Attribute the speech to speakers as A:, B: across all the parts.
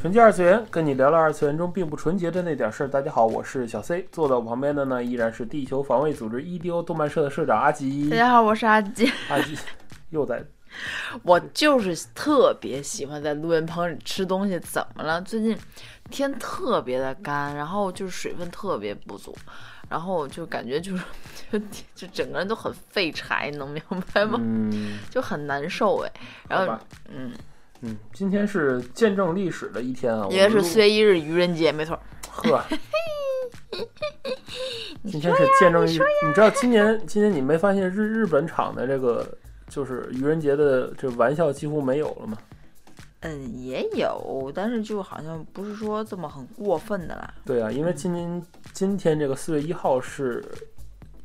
A: 纯洁二次元，跟你聊聊二次元中并不纯洁的那点事儿。大家好，我是小 C，坐在我旁边的呢依然是地球防卫组织 EDO 动漫社的社长阿吉
B: 大。家好，我是阿吉。
A: 阿吉又在
B: 我就是特别喜欢在路边棚里吃东西，怎么了？最近天特别的干，然后就是水分特别不足，然后我就感觉就是 就就整个人都很废柴，能明白吗？
A: 嗯，
B: 就很难受哎。
A: 好
B: 然后
A: 吧，
B: 嗯，
A: 嗯，今天是见证历史的一天啊，
B: 因为
A: 我
B: 是
A: 们录
B: 四月一日愚人节，没错。
A: 呵。今天是见证一，你知道今年今年你没发现日日本厂的这个就是愚人节的这玩笑几乎没有了吗？
B: 嗯，也有，但是就好像不是说这么很过分的啦。
A: 对啊，因为今年今天这个四月一号是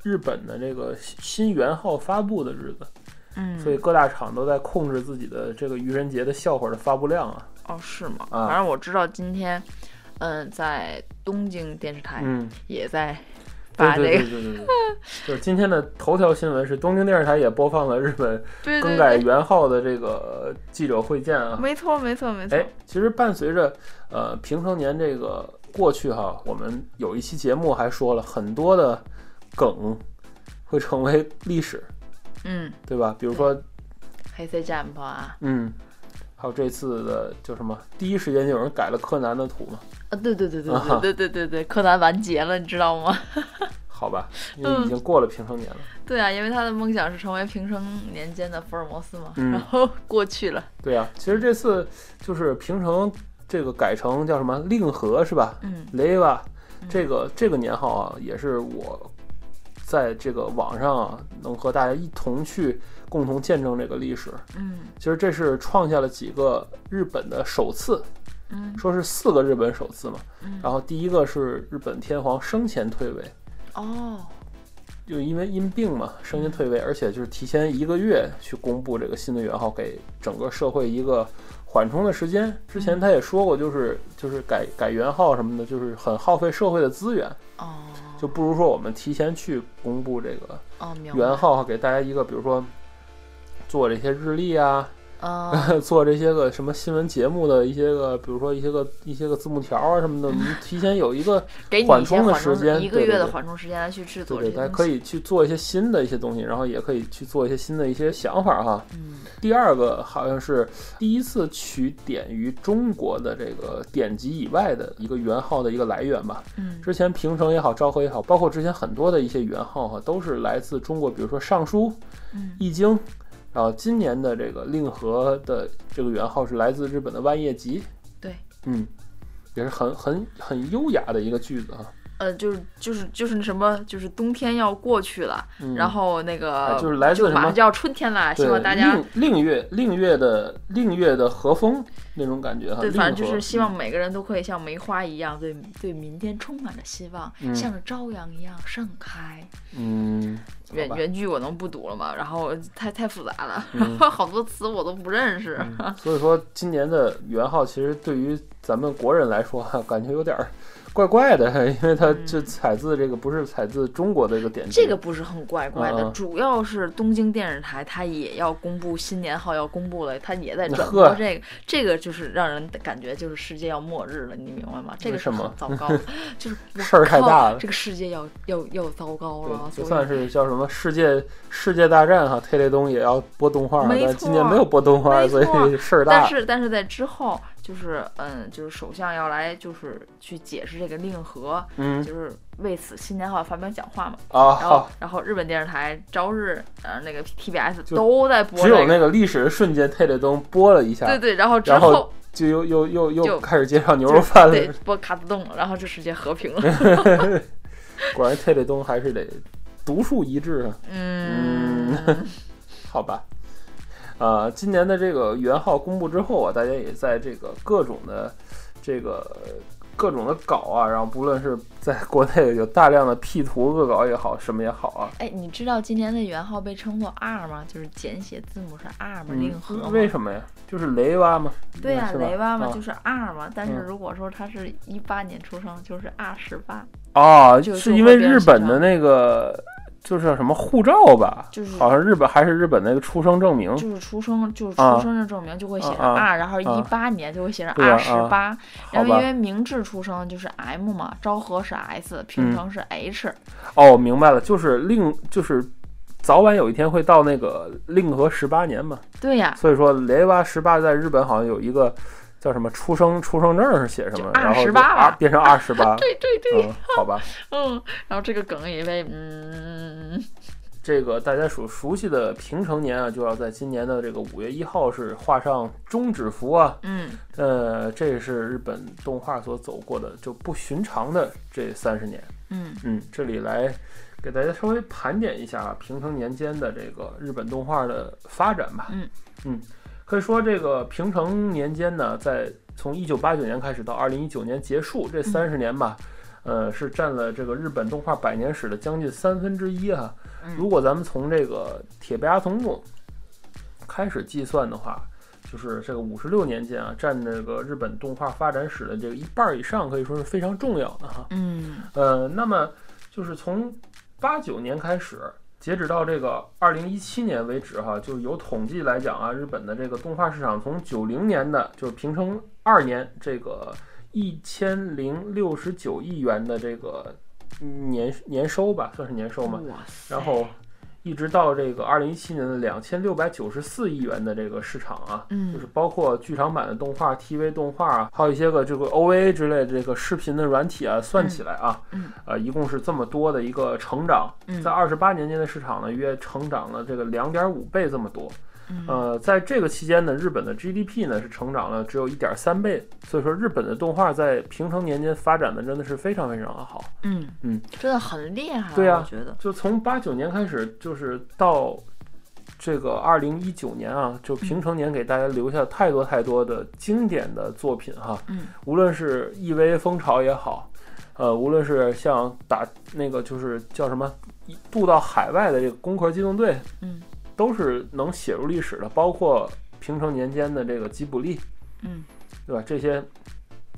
A: 日本的这个新新元号发布的日子，
B: 嗯，
A: 所以各大厂都在控制自己的这个愚人节的笑话的发布量啊。
B: 哦，是吗？
A: 啊
B: 反正我知道今天，嗯，在东京电视台
A: 嗯，
B: 也在
A: 对
B: 发这
A: 对
B: 个
A: 对，对对对，就是今天的头条新闻是东京电视台也播放了日本
B: 对
A: 更
B: 对
A: 改
B: 对，
A: 元号的这个记者会见啊。
B: 没错没错没错
A: 哎，，其实伴随着呃平成年这个过去哈，我们有一期节目还说了很多的梗会成为历史，
B: 嗯，
A: 对吧？比如说
B: 黑色战袍啊，
A: 嗯，还有这次的叫什么？第一时间就有人改了柯南的图嘛？
B: 啊，对对对对
A: 啊哈
B: 对对对对对，柯南完结了，你知道吗？
A: 好吧，因为已
B: 嗯
A: 经过了平成年了。
B: 对啊，因为他的梦想是成为平成年间的福尔摩斯嘛，
A: 嗯
B: 然后过去了，
A: 对啊，其实这次就是平成这个改成叫什么令和是吧？
B: 嗯
A: 雷吧，这个这个年号啊，也是我在这个网上啊，能和大家一同去共同见证这个历史。
B: 嗯
A: 其实这是创下了几个日本的首次，
B: 嗯
A: 说是四个日本首次嘛。
B: 嗯，
A: 然后第一个是日本天皇生前退位，
B: 哦，
A: 就因为因病嘛，生前退
B: 嗯
A: 位，而且就是提前一个月去公布这个新的元号，给整个社会一个缓冲的时间。之
B: 嗯
A: 前他也说过，就是就是改改元号什么的，就是很耗费社会的资源，
B: 哦，
A: 就不如说我们提前去公布这个
B: 哦明白，
A: 元，号，给大家一个，比如说做这些日历啊，
B: 嗯
A: 做这些个什么新闻节目的一些个，比如说一些个一些个字幕条啊什么的，我们 提前有一个
B: 给你
A: 缓
B: 一些
A: 冲的
B: 缓冲
A: 时间
B: 一个
A: 对对
B: 月的
A: 对
B: 缓冲时间来去制
A: 对
B: 作这
A: 对，
B: 些
A: 大家
B: 东
A: 可
B: 西，
A: 以去做一些新的一些东西，然后也可以去做一些新的一些想法哈。
B: 嗯
A: 第二个好像是第一次取点于中国的这个典籍以外的一个元号的一个来源吧。
B: 嗯
A: 之前平城也好，昭和也好，包括之前很多的一些元号哈，都是来自中国，比如说《尚书》《
B: 嗯
A: 易经》，然后今年的这个令和的这个元号是来自日本的万叶集，
B: 对。
A: 嗯，也是很很很优雅的一个句子啊。
B: 呃，就是就是就是那什么，就是冬天要过去了，
A: 嗯、
B: 然后那个、
A: 哎就是来自什
B: 马
A: 么
B: 上就要春天了，希
A: 对，
B: 望大家
A: 令令月令月的令月的和风那种感觉哈，
B: 对，
A: 令
B: 反正就是
A: 和
B: 希望每个人都可以像梅花一样，对对明天充满了希望，
A: 嗯
B: 像着朝阳一样盛开。
A: 嗯，
B: 原
A: 好吧
B: 原句我能不读了吗？然后太太复杂了，然后 好多词我都不认识。
A: 所以说今年的元昊其实对于咱们国人来说哈，感觉有点儿怪怪的， 因为它这采自这个不是采自中国的一个典籍，
B: 嗯这个不是很怪怪的，
A: 嗯嗯
B: 主要是东京电视台它也要公布新年号要公布了，它也在转
A: 呵
B: 播这个，这个就是让人感觉就是世界要末日了，你明白吗？这个是
A: 为什
B: 很
A: 么
B: 糟糕的，就是我
A: 事儿太
B: 靠
A: 大了
B: 这个世界要要要糟糕了，所
A: 对就
B: 以
A: 算是叫什么世界世界大战哈，特雷东也要播动画，
B: 没
A: 但
B: 错
A: 今年没有播动画，
B: 没
A: 所
B: 错
A: 以 事儿
B: 但
A: 大。
B: 是但是在之后，就是嗯，就是首相要来，就是去解释这个令和，
A: 嗯
B: 就是哦为此新年号发表讲话嘛。
A: 啊，
B: 然后
A: 好，
B: 然后日本电视台朝日，呃，那个 TBS
A: 就
B: 都在播
A: 只
B: 这个。
A: 有那个历史的瞬间，特雷东播了一下，
B: 对对，然后之
A: 然后就又又又又
B: 就
A: 开始介绍牛
B: 就
A: 肉饭了。
B: 对播卡子洞了，然后就世界和平 了。
A: 果然特雷东还是得独树一帜啊，
B: 嗯，
A: 好吧？呃啊、今年的这个元号公布之后啊，大家也在这个各种的。这个各种的稿啊，然后不论是在国内有大量的 P 图恶搞也好，什么也好啊，
B: 哎，你知道今年的元号被称作 R 吗？就是简写字母是 R 吗？令和吗？
A: 嗯为什么呀？就是雷蛙嘛，
B: 对呀、
A: 是吧
B: 雷蛙嘛，
A: 啊
B: 就是 R 嘛。但是
A: 嗯
B: 如果说他是一八年出生，就是 R 十八，
A: 哦，
B: 就是
A: 是因为日本的那个就是叫什么护照吧，
B: 就是
A: 好像日本还是日本那个出生证明，
B: 就是出生就是
A: 嗯啊
B: 出生证证明就会写
A: 啊
B: 上
A: 啊
B: R，然后一八年就会写上
A: 对啊
B: R 十八，
A: 好
B: 然后因
A: 吧？
B: 为明治出生就是 M 嘛，昭和是 S，平
A: 嗯
B: 成是 H，
A: 哦，明白了，就是令就是。早晚有一天会到那个令和十八年嘛，
B: 对呀，
A: 所以说雷蛙十八在日本好像有一个叫什么出生出生证是写什么，
B: 就
A: 然后就
B: 28吧
A: 啊变成二十 八，
B: 对对对，
A: 嗯，好吧，
B: 嗯，然后这个梗也被嗯，
A: 这个大家所熟悉的平成年啊，就要在今年的这个五月一号是画上终止符啊，
B: 嗯，
A: 呃，这是日本动画所走过的就不寻常的这三十年。
B: 嗯，
A: 嗯，这里来给大家稍微盘点一下啊平成年间的这个日本动画的发展吧。
B: 嗯
A: 嗯可以说这个平成年间呢，在从一九八九年开始到二零一九年结束
B: 嗯
A: 这三十年吧。呃，是占了这个日本动画百年史的将近三分之一哈、
B: 嗯
A: 如果咱们从这个铁臂阿童木开始计算的话，就是这个五十六年间啊，占这个日本动画发展史的这个一半儿以上，可以说是非常重要的哈。
B: 嗯，
A: 呃，那么就是从八九年开始，截止到这个二零一七年为止哈，就是有统计来讲啊，日本的这个动画市场从九零年的就是平成二年这个一千零六十九亿元的这个年年收吧，算是年收嘛，
B: 嗯哇塞，
A: 然后。一直到这个二零一七年的两千六百九十四亿元的这个市场啊，就是
B: 嗯
A: 包括剧场版的动画、TV 动画啊，还有一些个这个 OVA 之类的这个视频的软体啊，算起来啊，
B: 嗯
A: 呃，一共是这么多的一个成长，
B: 嗯
A: 在二十八年间的市场呢，约成长了这个两点五倍这么多。
B: 嗯
A: 呃，在这个期间呢，日本的 GDP 呢是成长了只有一点三倍，所以说日本的动画在平成年间发展的真的是非常非常的好。
B: 嗯
A: 嗯，
B: 真的很厉害啊，
A: 对啊
B: 我觉得，
A: 就从八九年开始，就是到这个二零一九年啊，就平成年给大家留下太多太多的经典的作品哈。
B: 嗯，
A: 无论是 EVA 风潮也好，呃，无论是像打那个就是叫什么渡到海外的这个《攻壳机动队》，
B: 嗯
A: 都是能写入历史的，包括平成年间的这个吉卜力，
B: 嗯
A: 对吧？这些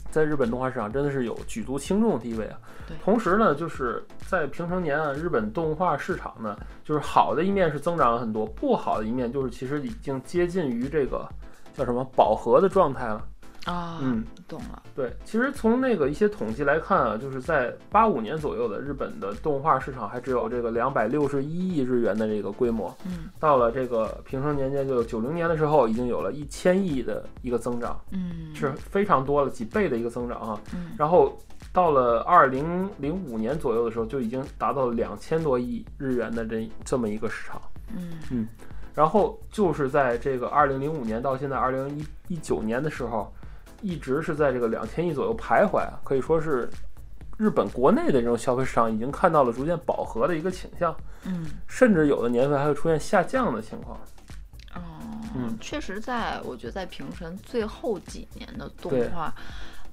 A: 在日本动画市场真的是有举足轻重的地位啊
B: 对。
A: 同时呢，就是在平成年啊，日本动画市场呢，就是好的一面是增长了很多，不好的一面就是其实已经接近于这个叫什么饱和的状态了。
B: 啊，
A: 嗯，
B: 懂了，
A: 对，其实从那个一些统计来看啊，就是在八五年左右的日本的动画市场还只有这个两百六十一亿日元的这个规模，
B: 嗯
A: 到了这个平成年间，就九零年的时候，已经有了一千亿的一个增长。
B: 嗯
A: 是非常多了，几倍的一个增长啊。
B: 嗯
A: 然后到了二零零五年左右的时候，就已经达到了两千多亿日元的这这么一个市场。
B: 嗯
A: 然后就是在这个二零零五年到现在二零一一九年的时候，一直是在这个两千亿左右徘徊啊，可以说是日本国内的这种消费市场已经看到了逐渐饱和的一个倾向，
B: 嗯。
A: 甚至有的年份还会出现下降的情况。
B: 哦，
A: 嗯
B: 确实在，我觉得在平成最后几年的动
A: 对
B: 画，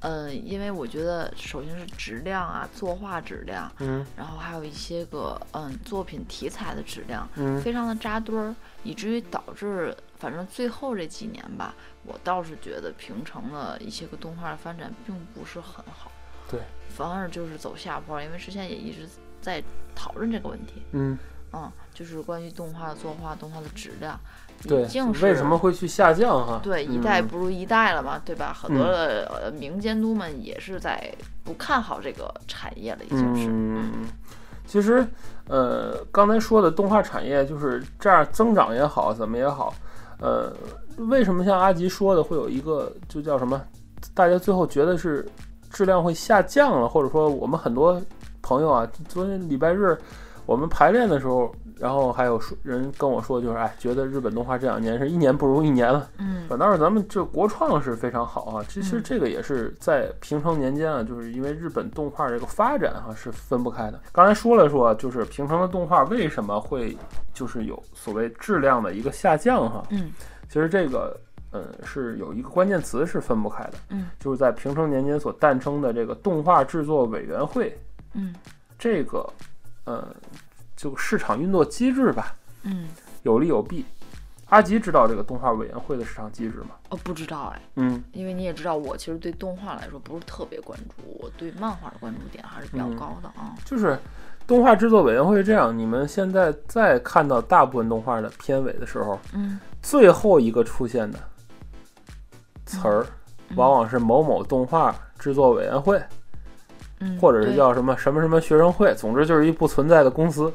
B: 呃，因为我觉得首先是质量啊，作画质量，
A: 嗯
B: 然后还有一些个嗯作品题材的质量，
A: 嗯
B: 非常的扎堆儿，以至于导致反正最后这几年吧，我倒是觉得平成的一些个动画的发展并不是很好，
A: 对，
B: 反而就是走下坡，因为之前也一直在讨论这个问题，
A: 嗯，
B: 嗯，就是关于动画的作画、动画的质量，
A: 对
B: 已经，是
A: 为什么会去下降哈？
B: 对，一
A: 嗯
B: 代不如一代了嘛，对吧？很多的呃名监督们也是在不看好这个产业了，已经是。
A: 嗯，其实，呃，刚才说的动画产业就是这样增长也好，怎么也好，呃，为什么像阿吉说的会有一个就叫什么，大家最后觉得是质量会下降了，或者说我们很多朋友啊，昨天礼拜日我们排练的时候，然后还有说人跟我说，就是哎，觉得日本动画这两年是一年不如一年了。
B: 嗯
A: 反倒是咱们这国创是非常好啊，其实
B: 嗯
A: 这个也是在平成年间啊，就是因为日本动画这个发展哈、是分不开的。刚才说了说，啊就是平成的动画为什么会就是有所谓质量的一个下降哈、
B: 嗯
A: 其实这个嗯，是有一个关键词是分不开的，
B: 嗯，
A: 就是在平成年间所诞生的这个动画制作委员会，
B: 嗯
A: 这个，呃，就市场运作机制吧，
B: 嗯，
A: 有利有弊。阿吉知道这个动画委员会的市场机制吗？
B: 我不知道哎，
A: 嗯，
B: 因为你也知道，我其实对动画来说不是特别关注，我对漫画的关注点还是比较
A: 嗯
B: 高的啊。
A: 就是动画制作委员会这样，你们现在再看到大部分动画的片尾的时候，
B: 嗯，
A: 最后一个出现的词儿，
B: 嗯
A: 往往是某某动画制作委员会，
B: 嗯
A: 或者是
B: 对
A: 叫什么什么什么学生会，总之就是一不存在的公司。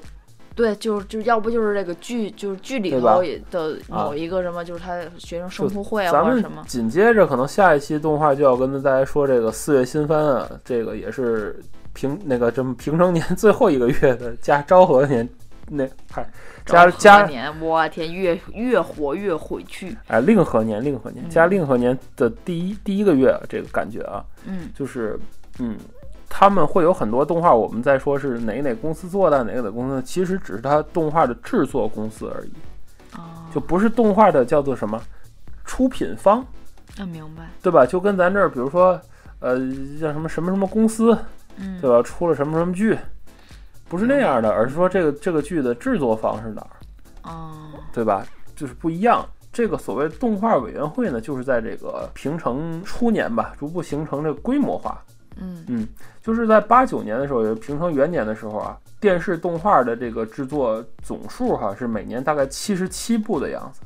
B: 对，就是就是要不就是这个剧就是剧里
A: 对吧
B: 头也的
A: 啊
B: 某一个什么，就是他学生
A: 就
B: 生活会啊
A: 咱
B: 或者
A: 们
B: 什么，
A: 紧接着可能下一期动画就要跟大家说这个四月新番啊，这个也是平那个什么平成年最后一个月的加昭和年那嗨加
B: 昭和
A: 加
B: 年，我天，越越火越回去，
A: 哎令和年令和年
B: 嗯
A: 加令和年的第一第一个月啊这个感觉啊，
B: 嗯
A: 就是嗯。他们会有很多动画，我们在说是哪哪公司做的，哪个哪公司，其实只是它动画的制作公司而已，
B: 啊，
A: 就不是动画的叫做什么出品方。
B: 那明白，
A: 对吧？就跟咱这儿，比如说，呃，叫什么什么什么公司，
B: 嗯，
A: 对吧？出了什么什么剧，不是那样的，而是说这个这个剧的制作方是哪儿，
B: 啊，
A: 对吧？就是不一样。这个所谓动画委员会呢，就是在这个平成初年吧，逐步形成这个规模化。
B: 嗯
A: 嗯，就是在八九年的时候，也就是平成元年的时候啊，电视动画的这个制作总数哈、是每年大概七十七部的样子。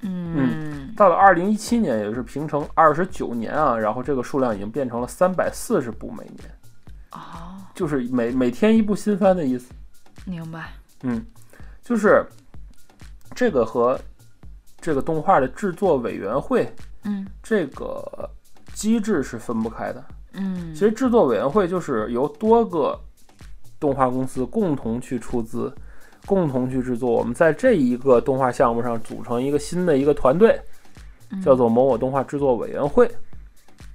B: 嗯
A: 到了二零一七年，也就是平成二十九年啊，然后这个数量已经变成了三百四十部每年，
B: 哦，
A: 就是每每天一部新番的意思。
B: 明白，
A: 嗯，就是这个和这个动画的制作委员会
B: 嗯
A: 这个机制是分不开的。
B: 嗯，
A: 其实制作委员会就是由多个动画公司共同去出资。共同去制作，我们在这一个动画项目上组成一个新的一个团队，
B: 嗯
A: 叫做某某动画制作委员会。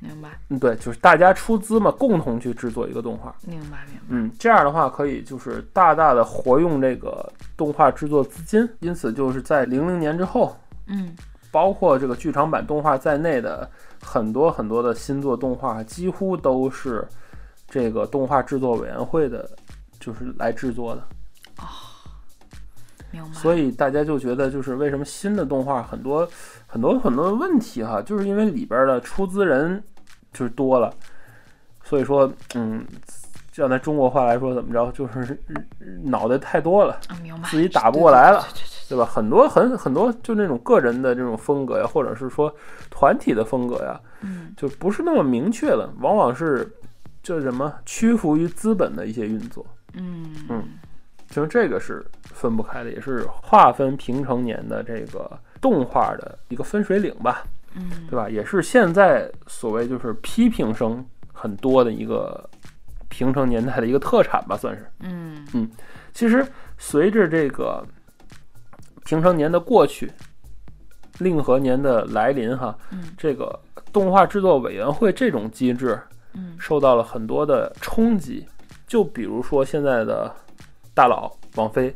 B: 明白
A: 嗯，对，就是大家出资嘛，共同去制作一个动画。
B: 明白明白，
A: 嗯，这样的话可以就是大大的活用这个动画制作资金，因此就是在零零年之后，
B: 嗯
A: 包括这个剧场版动画在内的很多很多的新作动画，几乎都是这个动画制作委员会的，就是来制作的。
B: 明白，
A: 所
B: 以
A: 以大家就觉得，就是为什么新的动画很多很多很多问题哈，就是因为里边的出资人就是多了，所以说，嗯，就按咱中国话来说，怎么着，就是嗯脑袋太多了，
B: 啊明白，
A: 自己打不过来了
B: 对，对对对
A: 对吧？很多很很多就那种个人的这种风格呀，或者是说团体的风格呀，
B: 对嗯
A: 就不是那么明确了，往往是就是什么屈服于资本的一些运作。
B: 嗯
A: 嗯其实这个是分不开的，也是划分平成年的这个动画的一个分水岭吧，
B: 嗯
A: 对吧？也是现在所谓就是批评声很多的一个平成年代的一个特产吧，算是。
B: 嗯
A: 其实随着这个平成年的过去，令和年的来临，哈，
B: 嗯
A: 这个动画制作委员会这种机制
B: 嗯
A: 受到了很多的冲击，就比如说现在的大佬王菲。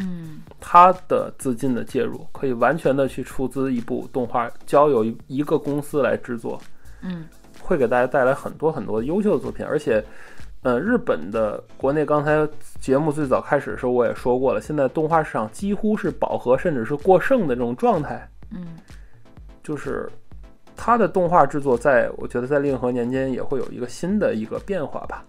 B: 嗯
A: 他的资金的介入，可以完全的去出资一部动画，交由一个公司来制作，
B: 嗯
A: 会给大家带来很多很多优秀的作品。而且，呃，日本的国内刚才节目最早开始的时候我也说过了，现在动画市场几乎是饱和甚至是过剩的这种状态，
B: 嗯
A: 就是它的动画制作在，我觉得在令和年间也会有一个新的一个变化吧。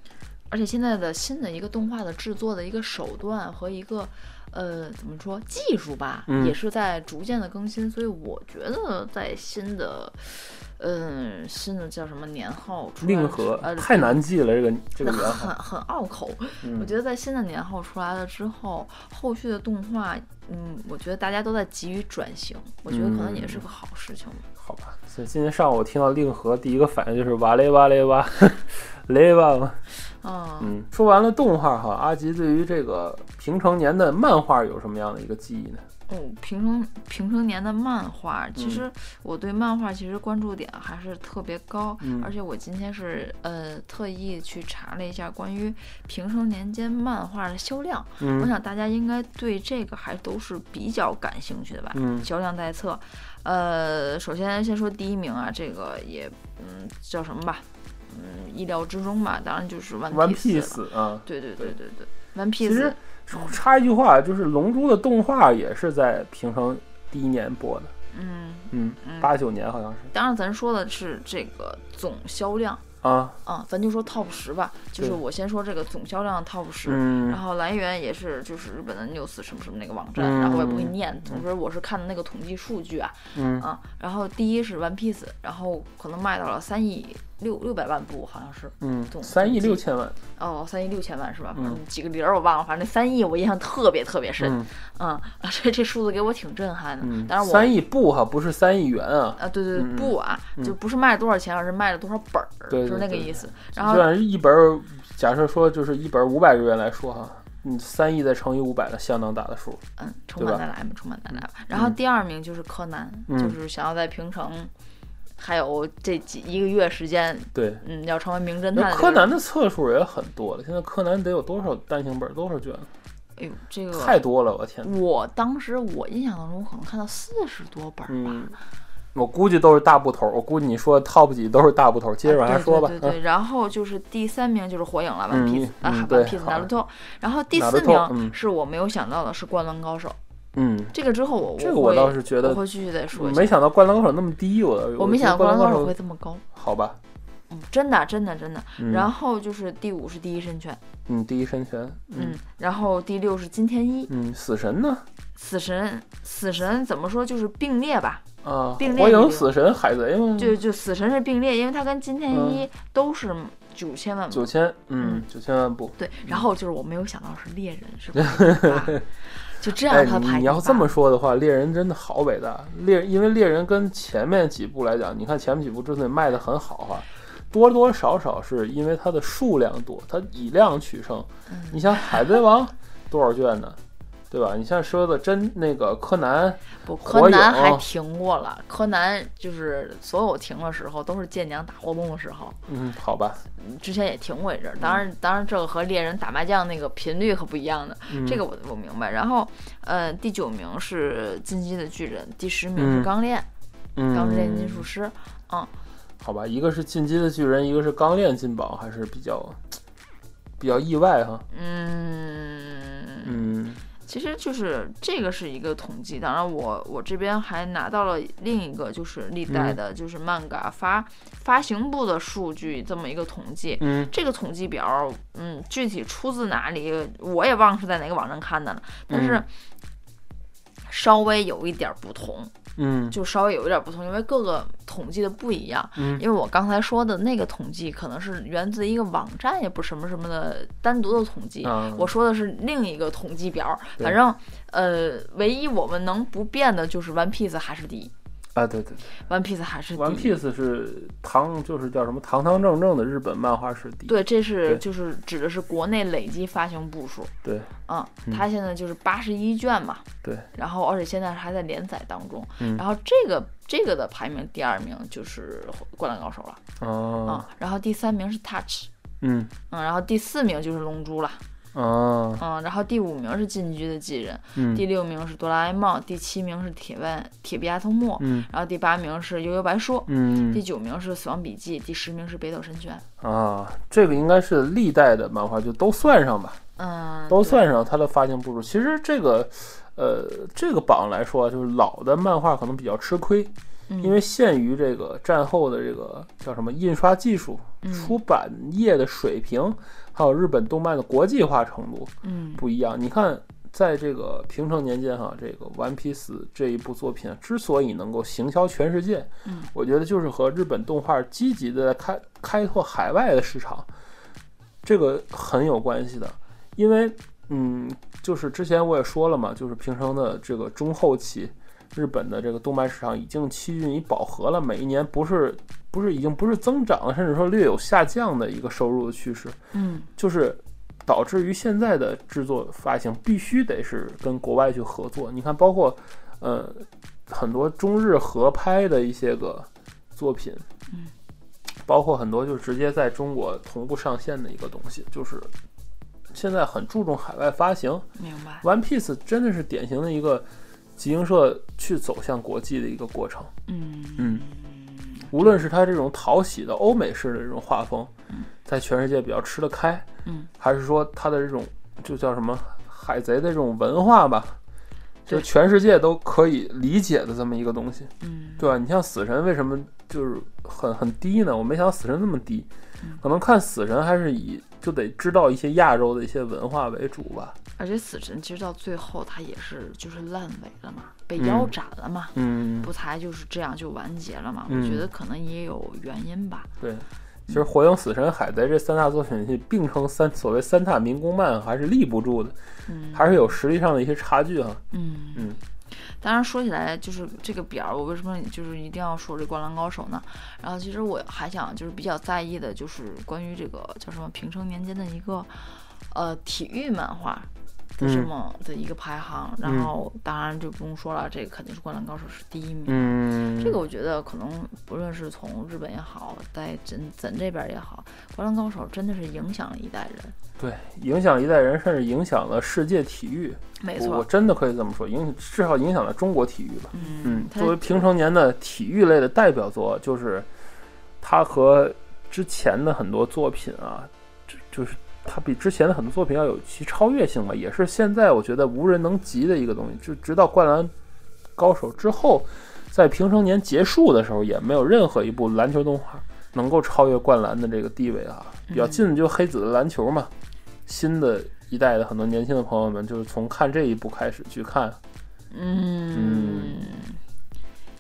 B: 而且现在的新的一个动画的制作的一个手段和一个呃怎么说技术吧，
A: 嗯
B: 也是在逐渐的更新，所以我觉得在新的嗯、新的叫什么年号出来
A: 令和
B: 呃
A: 太难记了，这 个这个
B: 那
A: 原
B: 很
A: 号，
B: 很拗口，
A: 嗯
B: 我觉得在新的年号出来了之后，后续的动画，嗯，我觉得大家都在急于转型，我觉得可能也是
A: 嗯
B: 个好事情吧。
A: 好吧，所以今天上午我听到令和，第一个反应就是哇嘞哇嘞 哇，嘞哇哇。
B: 嗯，
A: 嗯，说完了动画哈，阿吉对于这个平成年的漫画有什么样的一个记忆呢？
B: 哦，平成平成年的漫画，其
A: 嗯
B: 实我对漫画其实关注点还是特别高，
A: 嗯
B: 而且我今天是呃特意去查了一下关于平成年间漫画的销量，我
A: 嗯
B: 想大家应该对这个还都是比较感兴趣的吧。
A: 嗯
B: 销量待测，呃，首先先说第一名啊，这个也嗯叫什么吧，嗯意料之中吧，当然就是 One
A: ，One
B: Piece 了
A: Piece 啊，
B: 对对对对对，One
A: 其实
B: Piece
A: 插一句话，就是《龙珠》的动画也是在平成第一年播的，
B: 嗯。
A: 嗯
B: 嗯，
A: 八九年好像是
B: 当然，咱说的是这个总销量
A: 啊，
B: 啊，咱就说 top 十吧，就是
A: 对
B: 我先说这个总销量 top 十。
A: 嗯
B: 然后来源也是就是日本的 news 什么什么那个网站，
A: 嗯
B: 然后我也不会念。总之我是看的那个统计数据啊
A: 嗯
B: 啊，然后第一是 One Piece，然后可能卖到了三亿六六百万部，好像是总
A: 嗯，三亿
B: 总计
A: 六千万，
B: 哦三亿六千万是吧？
A: 嗯
B: 反正几个零儿我忘了，反正那三亿我印象特别特别深。
A: 嗯
B: 嗯，啊这这数字给我挺震撼的。
A: 嗯
B: 当，然我
A: 三亿步哈，不是三亿元啊，
B: 啊，对对对，
A: 嗯嗯
B: 布啊，就不是卖了多少钱，而是卖了多少本儿，
A: 对对
B: 就是那个
A: 对
B: 意思。然
A: 就
B: 后
A: 按一本儿，假设说就是一本五百日元来说哈，你三亿再乘以五百了，相当大的数。
B: 嗯，重版
A: 吧
B: 再来嘛，重版再来吧。然后第二名就是柯南，
A: 嗯
B: 就是想要在平成还有这几一个月时间，
A: 对，
B: 嗯，要成为名侦探的
A: 那
B: 这个。
A: 柯南的册数也很多了，现在柯南得有多少单行本，多少卷？
B: 哎呦，这
A: 太
B: 个
A: 多了，我天！
B: 我当时我印象当中可能看到四十多本儿吧。
A: 嗯，我估计都是大部头，我估计你说 top 几都是大部头。接着往下说吧。
B: 啊对对对对，然后就是第三名就是火影了，One
A: 嗯
B: Piece 啊
A: 嗯
B: ，One
A: 对
B: Piece
A: 好
B: Naruto，然后第四
A: Naruto，
B: 名
A: 嗯
B: 是我没有想到的是灌篮高手，
A: 嗯，
B: 这个之后我
A: 这个我
B: 会
A: 倒是觉
B: 我
A: 得
B: 会继续再说一下
A: 没。想到《灌篮高手》那么低，我
B: 我没想到《灌
A: 灌
B: 篮高
A: 篮
B: 手》
A: 手
B: 会这么高，
A: 好吧？
B: 嗯，真的，真的，真的。
A: 嗯
B: 然后就是第五是第一神拳，
A: 嗯，第一神拳，嗯
B: 嗯，然后第六是金田一，
A: 嗯，死神呢？
B: 死神，死神怎么说就是并列吧，
A: 啊，
B: 并列
A: 火
B: 里
A: 影、
B: 面
A: 死神、海贼嘛，
B: 就就死神是并列，因为他跟金田一都是九千万部，
A: 嗯九千，嗯，九千万部。
B: 对。然后就是我没有想到是猎人是排第八， 就这样
A: 哎，
B: 他排第八。
A: 你要这么说的话，猎人真的好伟大。猎，因为猎人跟前面几部来讲，你看前面几部之所以卖的很好哈，多多少少是因为它的数量多，它以量取胜。
B: 嗯
A: 你像海贼王 多少卷呢？对吧？你像说的真那个柯南，
B: 不，
A: 火
B: 柯南
A: 影
B: 还停过了，柯南就是所有停的时候都是舰娘打活动的时候，
A: 嗯，好吧，
B: 之前也停过一阵儿，当然，当然这个和猎人打麻将那个频率可不一样的，
A: 嗯
B: 这个我我明白。然后，呃，第九名是进击的巨人，第十名是
A: 嗯
B: 钢炼，
A: 嗯，
B: 钢之炼金术师。
A: 好吧，一个是进击的巨人，一个是钢炼金宝，还是比较比较意外哈。
B: 嗯，
A: 嗯
B: 其实就是这个是一个统计，当然我我这边还拿到了另一个就是历
A: 嗯
B: 代的就是漫改发发行部的数据这么一个统计，
A: 嗯，
B: 这个统计表，嗯，具体出自哪里，我也忘是在哪个网站看的了，但是
A: 嗯
B: 稍微有一点儿不同，
A: 嗯
B: 就稍微有一点儿不同，因为各个统计的不一样。
A: 嗯
B: 因为我刚才说的那个统计可能是源自一个网站，也不是什么什么的单独的统计，
A: 啊，
B: 我说的是另一个统计表。
A: 对
B: 反正，呃，唯一我们能不变的就是 One Piece 还是第一
A: 啊，对对。
B: ，One Piece 还是第一。
A: One Piece 是堂，就是叫什么堂堂正正的日本漫画史第一。
B: 对，这是
A: 对
B: 就是指的是国内累计发行部数。
A: 对
B: 嗯，
A: 嗯
B: 它现在就是八十一卷嘛，
A: 对，
B: 然后而且现在还在连载当中，
A: 嗯
B: 然后这个这个的排名第二名就是《灌篮高手》了
A: 哦
B: 啊、，嗯，然后第三名是 Touch，
A: 嗯
B: 嗯，然后第四名就是龙珠了，
A: 哦，
B: 嗯，然后第五名是进击的巨人，第
A: 嗯
B: 六名是哆啦 A 梦，第七名是铁腕铁臂阿童木，
A: 嗯
B: 然后第八名是悠悠白书。第
A: 嗯
B: 九名是《死亡笔记》，第十名是《北斗神拳》。
A: 啊，这个应该是历代的漫画，就都算上吧，
B: 嗯，对
A: 都算上它的发行部数。其实这个，呃，这个榜来说啊，就是老的漫画可能比较吃亏，
B: 嗯
A: 因为限于这个战后的这个叫什么印刷技术、
B: 嗯
A: 出版业的水平，还有日本动漫的国际化程度，
B: 嗯
A: 不一样。你看，在这个平成年间哈，这个《One Piece》这一部作品啊之所以能够行销全世界，
B: 嗯
A: 我觉得就是和日本动画积极的开开拓海外的市场，这个很有关系的。因为，嗯，就是之前我也说了嘛，就是平成的这个中后期，日本的这个动漫市场已经趋近于饱和了，每一年不是不是已经不是增长了，甚至说略有下降的一个收入的趋势。
B: 嗯
A: 就是导致于现在的制作发行必须得是跟国外去合作。你看，包括呃很多中日合拍的一些个作品，
B: 嗯，
A: 包括很多就直接在中国同步上线的一个东西，就是现在很注重海外发行。
B: 明白。
A: One Piece 真的是典型的一个集英社去走向国际的一个过程。
B: 嗯
A: 嗯，无论是它这种讨喜的欧美式的这种画风，在全世界比较吃得开，
B: 嗯，
A: 还是说它的这种就叫什么海贼的这种文化吧，就
B: 对
A: 全世界都可以理解的这么一个东西，
B: 嗯，
A: 对吧？啊你像死神为什么就是很很低呢？我没想到死神那么低
B: 嗯，
A: 可能看死神还是以就得知道一些亚洲的一些文化为主吧，
B: 而且死神其实到最后他也是就是烂尾了嘛，被腰斩了嘛，
A: 嗯，
B: 不才就是这样就完结了嘛？
A: 嗯
B: 我觉得可能也有原因吧。
A: 对，其实《火影》《死神》《海贼》这三大作品系并称三所谓三大民工漫，还是立不住的，
B: 嗯
A: 还是有实力上的一些差距哈、
B: 嗯
A: 嗯。
B: 当然说起来，就是这个表儿，我为什么就是一定要说这《灌篮高手》呢？然后其实我还想就是比较在意的，就是关于这个叫什么平成年间的一个呃体育漫画。的这
A: 嗯
B: 么的一个排行，
A: 嗯
B: 然后当然就不用说了，这个肯定是《灌篮高手》是第一名。
A: 嗯
B: 这个我觉得可能不论是从日本也好，在咱咱这边儿也好，《灌篮高手》真的是影响了一代人。
A: 对影响一代人，甚至影响了世界体育。
B: 没
A: 我我
B: 错，
A: 真的可以这么说，影至少影响了中国体育吧。嗯，
B: 它
A: 作为平成年的体育类的代表作，就是它和之前的很多作品啊，就就是它比之前的很多作品要有其超越性吧，也是现在我觉得无人能及的一个东西。就直到《灌篮高手》之后，在平成年结束的时候，也没有任何一部篮球动画能够超越《灌篮》的这个地位啊。比较近的就黑子的篮球嘛，新的一代的很多年轻的朋友们，就是从看这一部开始去看。
B: 嗯，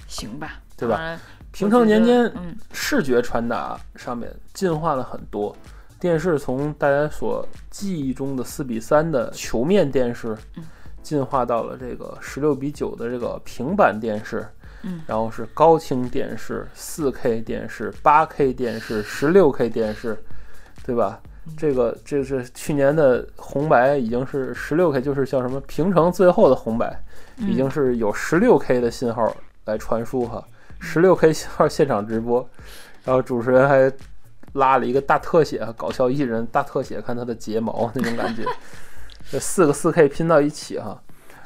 B: 行吧，
A: 对吧
B: 当然？
A: 平成年
B: 啊
A: 间
B: 我觉得嗯，
A: 视觉传达上面进化了很多。电视从大家所记忆中的四比三的球面电视
B: 嗯，
A: 进化到了这个十六比九的这个平板电视，
B: 嗯
A: 然后是高清电视、四 K 电视、八 K 电视、十六 K 电视，对吧？
B: 嗯
A: 这个这是去年的红白已经是十六 K，就是叫什么平成最后的红白，
B: 嗯
A: 已经是有十六 K 的信号来传输哈，十六 K 信号现场直播，然后主持人还拉了一个大特写，搞笑艺人大特写，看他的睫毛那种感觉， 这四个四 K 拼到一起哈，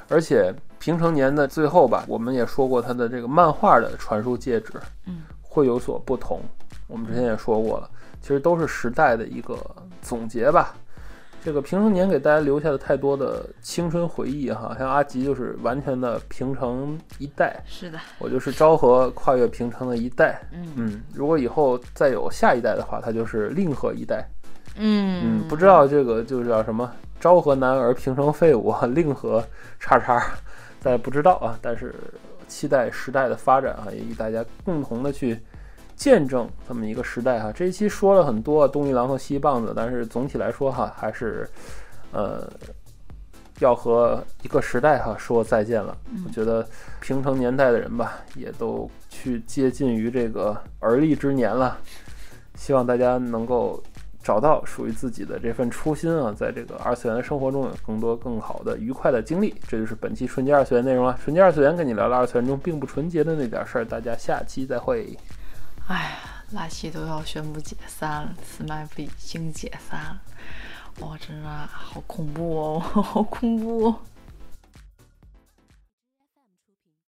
A: 而且平成年的最后吧，我们也说过它的这个漫画的传输介质，
B: 嗯，
A: 会有所不同，我们之前也说过了，其实都是时代的一个总结吧，这个平成年给大家留下了太多的青春回忆哈，像阿吉就是完全的平成一代，
B: 是的，
A: 我就是昭和跨越平成的一代。
B: 嗯
A: 嗯，如果以后再有下一代的话，他就是令和一代。
B: 嗯
A: 嗯，不知道这个就是叫什么昭和男儿，平成废物， 啊，令和叉叉，但不知道啊。但是期待时代的发展啊，也与大家共同的去见证这么一个时代哈、这一期说了很多啊东一榔头西一棒子，但是总体来说哈、还是呃要和一个时代哈、说再见了。我觉得平成年代的人吧，也都去接近于这个而立之年了。希望大家能够找到属于自己的这份初心啊，在这个二次元的生活中有更多更好的愉快的经历。这就是本期纯洁二次元内容啊，纯洁二次元跟你聊聊二次元中并不纯洁的那点事儿，大家下期再会。
B: 哎呀，拉西都要宣布解散了，斯麦啊 不已经解散了，哇，真的好恐怖哦，好恐怖哦。